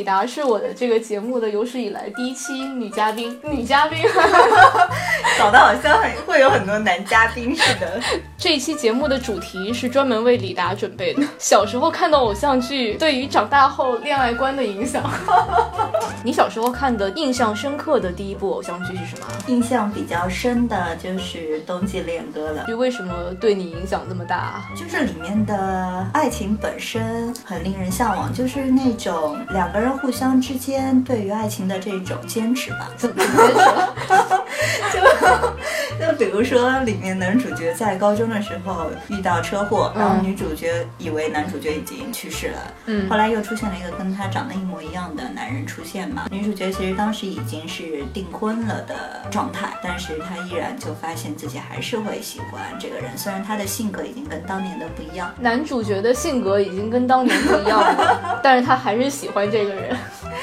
李达是我的这个节目的有史以来第一期女嘉宾，女嘉宾。 搞得好像很会有很多男嘉宾似的。这一期节目的主题是专门为李达准备的。小时候看的偶像剧对于长大后恋爱观的影响。 你小时候看的印象深刻的第一部偶像剧是什么啊？ 印象比较深的就是《冬季恋歌》了。就为什么对你影响这么大啊？就是里面的爱情本身很令人向往，就是那种两个人互相之间对于爱情的这种坚持 吧。怎么接受？ 就 比如说里面男主角在高中的时候遇到车祸，然后女主角以为男主角已经去世了，嗯后来又出现了一个跟他长得一模一样的男人出现嘛，女主角其实当时已经是订婚了的状态，但是她依然就发现自己还是会喜欢这个人，虽然他的性格已经跟当年的不一样。男主角的性格已经跟当年不一样 了，但是他还是喜欢这个人，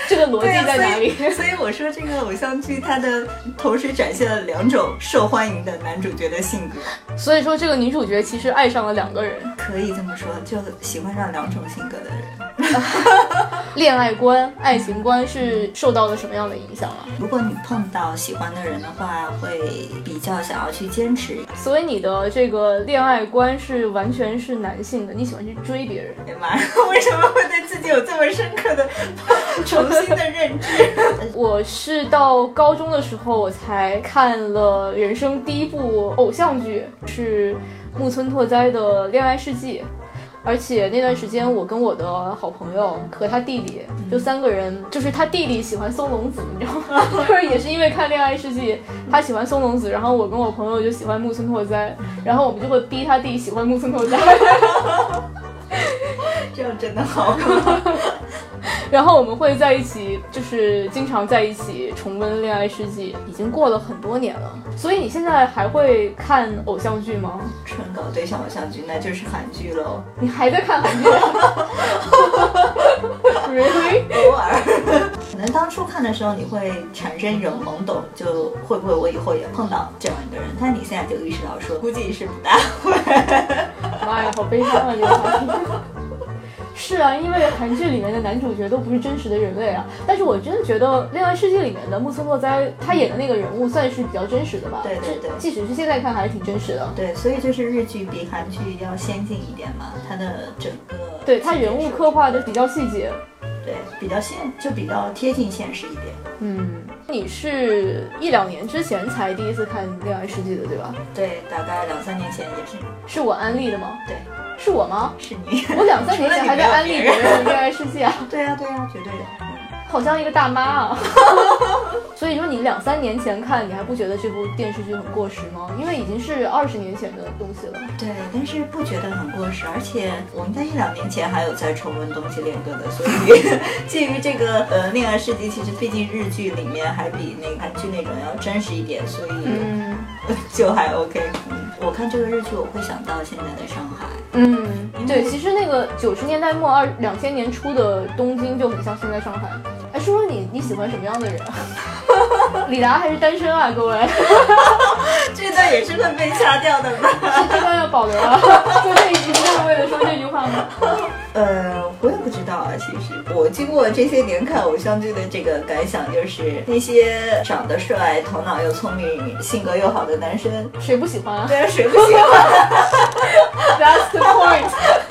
这个逻对呀辑在哪里？所以所以我说这个偶像剧，它的同时展现了两种受欢迎的男主角的性格，所以说这个女主角其实爱上了两个人，可以这么说，就喜欢上两种性格的人。恋爱观、爱情观是受到了什么样的影响啊？如果你碰到喜欢的人的话，会比较想要去坚持。所以你的这个恋爱观是完全是男性的，你喜欢去追别人。哎呀妈呀， 为什么会对自己有这么深刻的重新的认知？ 我是到高中的时候，我才看了人生第一部偶像剧，是木村拓哉的《恋爱世纪》。而且那段时间，我跟我的好朋友和他弟弟，就三个人，就是他弟弟喜欢松隆子，你知道吗？就是也是因为看《恋爱世纪》，他喜欢松隆子，然后我跟我朋友就喜欢木村拓哉，然后我们就会逼他弟喜欢木村拓哉。这样真的好可怕。然后我们会在一起，就是经常在一起重温《恋爱世纪》，已经过了很多年了。所以你现在还会看偶像剧吗？纯搞对象偶像剧，那就是韩剧喽。你还在看韩剧？Really？偶尔， 可能当初看的时候你会产生一种懵懂，就会不会我以后也碰到这样一个人？但你现在就意识到说，估计是不大会。妈呀，好悲伤啊！这个话题。是啊，因为韩剧里面的男主角都不是真实的人类啊。但是我真的觉得《恋爱世界》里面的木村拓哉他演的那个人物算是比较真实的吧？对对这对即使是现在看还是挺真实的。对，所以就是日剧比韩剧要先进一点嘛，它的整个对他人物刻画的比较细节，对比较现就比较贴近现实一点。嗯，你是一两年之前才第一次看《恋爱世纪》的，对吧？对，大概两三年前也是，是我安利的吗？对，是我吗？是你。我两三年前还在安利别人《恋爱世纪》啊，对呀、对呀、绝对的。好像一个大妈啊。 所以说你两三年前看，你还不觉得这部电视剧很过时吗？因为已经是二十年前的东西了。对，但是不觉得很过时，而且我应该一两年前还有在重温《冬季恋歌》的，所以 介于这个呃恋爱世纪，其实毕竟日剧里面还比那个韩剧那种要真实一点，所以嗯 就还 OK。嗯我看这个日剧，我会想到现在的上海。嗯，对，其实那个九十年代末二两千年初的东京就很像现在上海。哎，说说你你喜欢什么样的人啊？ 李达还是单身啊，各位。这段也是会被掐掉的吧？这段要保留啊！ 就这一集就是为了说这句话吗？ 呃，我也不知道啊。其实我经过这些年看偶像剧的这个感想，就是那些长得帅、头脑又聪明、性格又好的男生，谁不喜欢啊对啊，谁不喜欢？ ？That's the point。